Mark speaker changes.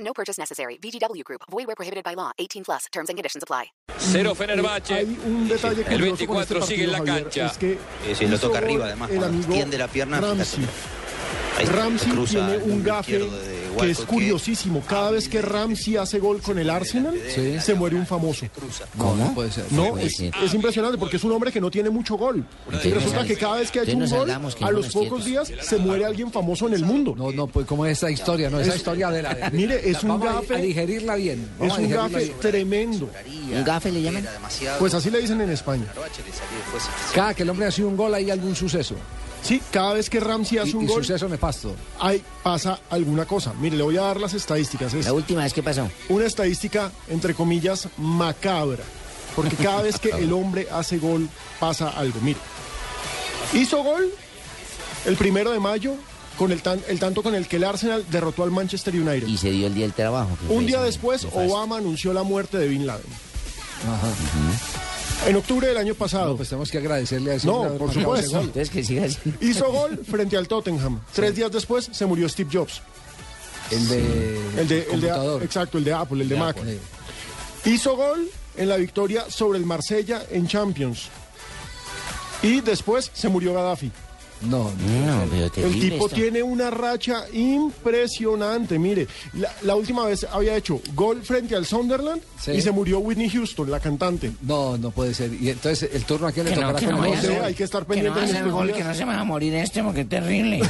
Speaker 1: No purchase necessary. VGW Group. Void where prohibited by law. 18 plus. Terms and conditions apply.
Speaker 2: Cero Fenerbahce.
Speaker 3: Hay un detalle este
Speaker 2: El 24 sigue en la cancha.
Speaker 4: Sí, sí, lo Eh, toca arriba, además, cuando extiende la pierna,
Speaker 3: Ramsey.
Speaker 4: Ahí está,
Speaker 3: Ramsey
Speaker 4: cruza
Speaker 3: tiene
Speaker 4: el
Speaker 3: un
Speaker 4: muslo
Speaker 3: gafe
Speaker 4: izquierdo de Walcott, Ah,
Speaker 3: que es curiosísimo. Cada vez que Ramsey hace gol con el Arsenal, se muere un famoso.
Speaker 4: cruza.
Speaker 5: ¿Cómo puede ser?
Speaker 3: No, es, es impresionante porque es un hombre que no tiene mucho gol. Y
Speaker 5: nos
Speaker 3: resulta
Speaker 5: sal-
Speaker 3: que cada vez que ha hecho un
Speaker 5: nos
Speaker 3: gol,
Speaker 5: hablamos que
Speaker 3: a
Speaker 5: no
Speaker 3: los
Speaker 5: nos
Speaker 3: pocos
Speaker 5: quietos.
Speaker 3: días se muere alguien famoso en el mundo.
Speaker 5: No, no, pues cómo es esa historia, no, esa historia de la... de-
Speaker 3: Mire, es
Speaker 5: la-
Speaker 3: un
Speaker 5: vamos a-
Speaker 3: gafe.
Speaker 5: A digerirla bien.
Speaker 3: Es
Speaker 5: vamos a
Speaker 3: un
Speaker 5: digerirla
Speaker 3: gafe
Speaker 5: bien.
Speaker 3: tremendo.
Speaker 5: ¿Un gafe le llaman?
Speaker 4: Era demasiado.
Speaker 3: Pues así le dicen en España.
Speaker 4: Fenerbahce le salió, fue suficiente.
Speaker 5: Cada que el hombre hace un gol hay algún suceso.
Speaker 3: Sí, cada vez que Ramsey hace
Speaker 5: Y,
Speaker 3: un
Speaker 5: y
Speaker 3: gol,
Speaker 5: suceso nefasto.
Speaker 3: ahí pasa alguna cosa. Mire, le voy a dar las estadísticas. Es
Speaker 6: La última vez que pasó.
Speaker 3: una estadística, entre comillas, macabra. Porque cada vez que el hombre hace gol, pasa algo. Mire, hizo gol el primero de mayo con el, tan- el tanto con el que el Arsenal derrotó al Manchester United.
Speaker 6: Y se dio el día del trabajo. que
Speaker 3: Un
Speaker 6: fue
Speaker 3: día
Speaker 6: ese,
Speaker 3: después,
Speaker 6: nefasto.
Speaker 3: Obama anunció la muerte de Bin Laden. En octubre del año pasado.
Speaker 5: Pues tenemos que agradecerle a ese
Speaker 3: No,
Speaker 5: hombre
Speaker 3: por
Speaker 5: haber marcado ese
Speaker 3: supuesto.
Speaker 5: gol.
Speaker 6: Entonces que siga así.
Speaker 3: Hizo gol frente al Tottenham. Tres días después se murió Steve Jobs.
Speaker 5: El de...
Speaker 3: El de, el de-
Speaker 5: computador.
Speaker 3: exacto, el de Apple, el de, Mac.
Speaker 5: Sí.
Speaker 3: Hizo gol en la victoria sobre el Marsella en Champions. Y después se murió Gaddafi.
Speaker 5: No, no.
Speaker 6: No, pero
Speaker 3: El
Speaker 6: terrible
Speaker 3: tipo
Speaker 6: esto.
Speaker 3: tiene una racha impresionante. Mire, la, la última vez había hecho gol frente al Sunderland
Speaker 5: Sí.
Speaker 3: y se murió Whitney Houston, la cantante.
Speaker 5: No, no puede ser. Y entonces, ¿el turno a quién le
Speaker 6: Que no,
Speaker 5: tocará
Speaker 6: que
Speaker 5: con
Speaker 6: no
Speaker 5: el
Speaker 6: vaya a
Speaker 3: No
Speaker 5: gol?
Speaker 3: sé,
Speaker 6: ser.
Speaker 3: hay que estar este
Speaker 6: Que no va
Speaker 3: pendiente
Speaker 6: a
Speaker 3: en
Speaker 6: ser
Speaker 3: estos
Speaker 6: gol,
Speaker 3: días.
Speaker 6: que no se me va a morir este, porque es terrible.